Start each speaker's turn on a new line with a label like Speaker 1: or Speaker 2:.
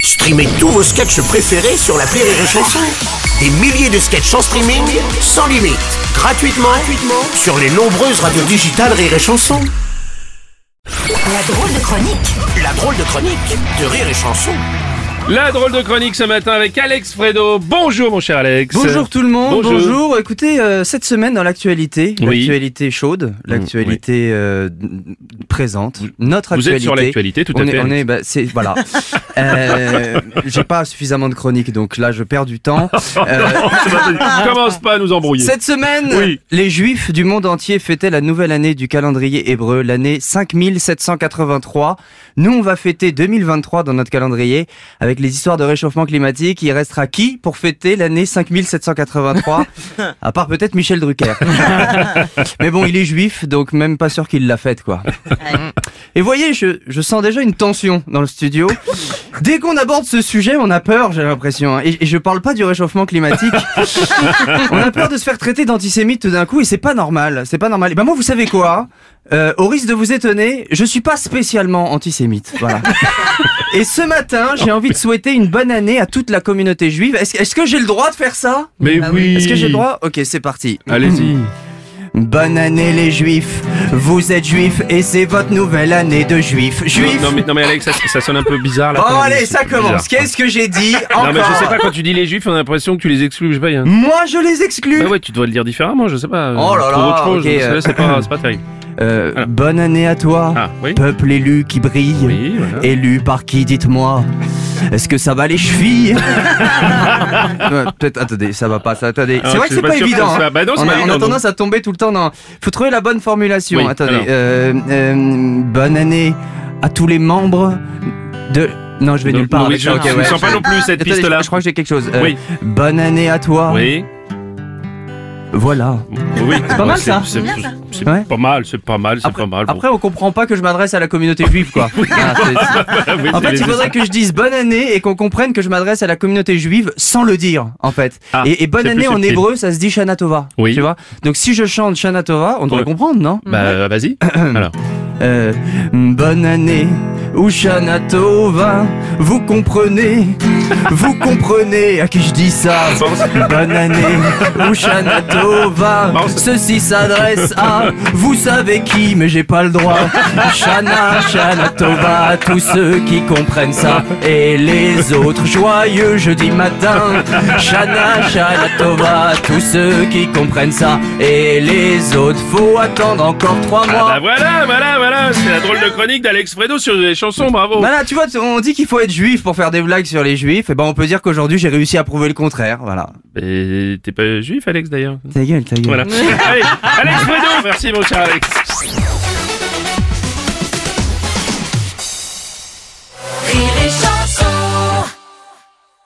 Speaker 1: Streamez tous vos sketchs préférés sur la Rire et Chanson. Des milliers de sketchs en streaming, sans limite, gratuitement, gratuitement sur les nombreuses radios digitales Rire et Chanson.
Speaker 2: La drôle de chronique
Speaker 1: La drôle de chronique de Rire et Chanson.
Speaker 3: La drôle de chronique ce matin avec Alex Fredo. Bonjour mon cher Alex.
Speaker 4: Bonjour tout le monde,
Speaker 3: Bonjour.
Speaker 4: bonjour. Écoutez, euh, cette semaine dans l'actualité,
Speaker 3: Oui. Mmh,
Speaker 4: l'actualité chaude, l'actualité euh, présente, notre
Speaker 3: Vous
Speaker 4: actualité.
Speaker 3: êtes sur l'actualité, tout à
Speaker 4: on
Speaker 3: fait,
Speaker 4: Est, on
Speaker 3: Alex.
Speaker 4: est, bah, c'est, voilà. Euh, j'ai pas suffisamment de chroniques, donc là je perds du temps. Euh,
Speaker 3: Commence Ah, pas à nous embrouiller.
Speaker 4: cette semaine,
Speaker 3: Oui.
Speaker 4: les juifs du monde entier fêtaient la nouvelle année du calendrier hébreu, l'année 5783. Nous, on va fêter 2023 dans notre calendrier. Avec les histoires de réchauffement climatique, il restera qui pour fêter l'année 5783 À part peut-être Michel Drucker. Mais bon, il est juif, donc même pas sûr qu'il l'a faite, quoi. Et voyez, je, je sens déjà une tension dans le studio. Dès qu'on aborde ce sujet, on a peur, j'ai l'impression. hein. Et, et je parle pas du réchauffement climatique. on a peur de se faire traiter d'antisémite tout d'un coup, et c'est pas normal. C'est pas normal. Et ben moi, vous savez quoi Euh, Au risque de vous étonner, je suis pas spécialement antisémite. Voilà. Et ce matin, j'ai envie de souhaiter une bonne année à toute la communauté juive. Est-ce est-ce que j'ai le droit de faire ça
Speaker 3: Mais
Speaker 4: Ah
Speaker 3: oui.
Speaker 4: Est-ce que j'ai le droit Ok, c'est parti.
Speaker 3: Allez-y.
Speaker 4: Bonne année les juifs, vous êtes juifs et c'est votre nouvelle année de juifs. Juifs
Speaker 3: Non, non, mais, non mais Alex, ça, ça sonne un peu bizarre là.
Speaker 4: Oh
Speaker 3: quand même.
Speaker 4: allez, ça
Speaker 3: C'est
Speaker 4: commence,
Speaker 3: bizarre.
Speaker 4: qu'est-ce que j'ai dit
Speaker 3: Non mais je
Speaker 4: encore
Speaker 3: sais pas quand tu dis les juifs, on a l'impression que tu les exclus, je sais pas. il y a un-
Speaker 4: Moi je les exclus
Speaker 3: Bah ouais, tu dois le dire différemment, je sais pas.
Speaker 4: Oh
Speaker 3: Trouve
Speaker 4: là là,
Speaker 3: autre chose,
Speaker 4: ok,
Speaker 3: parce que là,
Speaker 4: euh.
Speaker 3: c'est pas, c'est pas terrible.
Speaker 4: Euh,
Speaker 3: Alors.
Speaker 4: Bonne année à toi,
Speaker 3: Ah oui.
Speaker 4: peuple élu qui brille.
Speaker 3: Oui, hein. voilà.
Speaker 4: Élu par qui, dites-moi Est-ce que ça va les chevilles Ouais, Peut-être, attendez, ça va pas, ça, attendez.
Speaker 3: Ah,
Speaker 4: c'est vrai que
Speaker 3: je suis
Speaker 4: c'est pas,
Speaker 3: pas sûr que
Speaker 4: évident.
Speaker 3: ce soit-
Speaker 4: hein.
Speaker 3: bah non, c'est
Speaker 4: on,
Speaker 3: pas
Speaker 4: a, on
Speaker 3: évident,
Speaker 4: a
Speaker 3: non.
Speaker 4: tendance à tomber tout le temps dans. Faut trouver la bonne formulation.
Speaker 3: Oui,
Speaker 4: attendez.
Speaker 3: alors.
Speaker 4: euh, euh, bonne année à tous les membres de. Non, je vais
Speaker 3: Non,
Speaker 4: nulle part.
Speaker 3: non, mais
Speaker 4: avec
Speaker 3: je
Speaker 4: ça,
Speaker 3: ne
Speaker 4: ok, ouais.
Speaker 3: sens pas non plus cette
Speaker 4: Attendez,
Speaker 3: piste là.
Speaker 4: Je crois que j'ai quelque chose. Euh,
Speaker 3: Oui.
Speaker 4: Bonne année à toi.
Speaker 3: Oui.
Speaker 4: Voilà.
Speaker 3: Oui. C'est
Speaker 4: pas mal, ça.
Speaker 3: C'est c'est
Speaker 4: Ouais.
Speaker 3: pas mal, c'est pas mal, c'est
Speaker 4: Après,
Speaker 3: pas mal. Ah bon.
Speaker 4: après, on comprend pas que je m'adresse à la communauté juive, quoi. Ah, c'est-
Speaker 3: Ah oui,
Speaker 4: En
Speaker 3: c'est
Speaker 4: fait, il
Speaker 3: les-
Speaker 4: faudrait que je dise bonne année et qu'on comprenne que je m'adresse à la communauté juive sans le dire, en fait.
Speaker 3: Ah,
Speaker 4: et, et bonne
Speaker 3: c'est
Speaker 4: année
Speaker 3: plus
Speaker 4: en
Speaker 3: subtil.
Speaker 4: hébreu, ça se dit Shana Tova.
Speaker 3: Oui.
Speaker 4: Tu vois Donc si je chante Shana Tova, on devrait
Speaker 3: Ouais.
Speaker 4: comprendre, non
Speaker 3: Bah euh, vas-y. Alors.
Speaker 4: Euh, Bonne année ou Shana Tova, vous comprenez Vous comprenez à qui je dis ça Bonne année ou Shana Tova,
Speaker 3: Bon, c'est-
Speaker 4: ceci s'adresse à vous savez qui, mais j'ai pas le droit. Shana, Shana Tova, à tous ceux qui comprennent ça et les autres joyeux jeudi matin. Shana, Shana Tova, à tous ceux qui comprennent ça et les autres faut attendre encore trois mois.
Speaker 3: Ah bah voilà, voilà, voilà, c'est la drôle de chronique d'Alex Fredo sur les chansons, bravo.
Speaker 4: Voilà, tu vois, on dit qu'il faut être juif pour faire des blagues sur les juifs. Et ben, on peut dire qu'aujourd'hui, j'ai réussi à prouver le contraire. Voilà.
Speaker 3: Et T'es pas juif, Alex, d'ailleurs
Speaker 4: Ta gueule, ta gueule.
Speaker 3: Voilà. Allez, Alex Fredo Merci, mon cher Alex.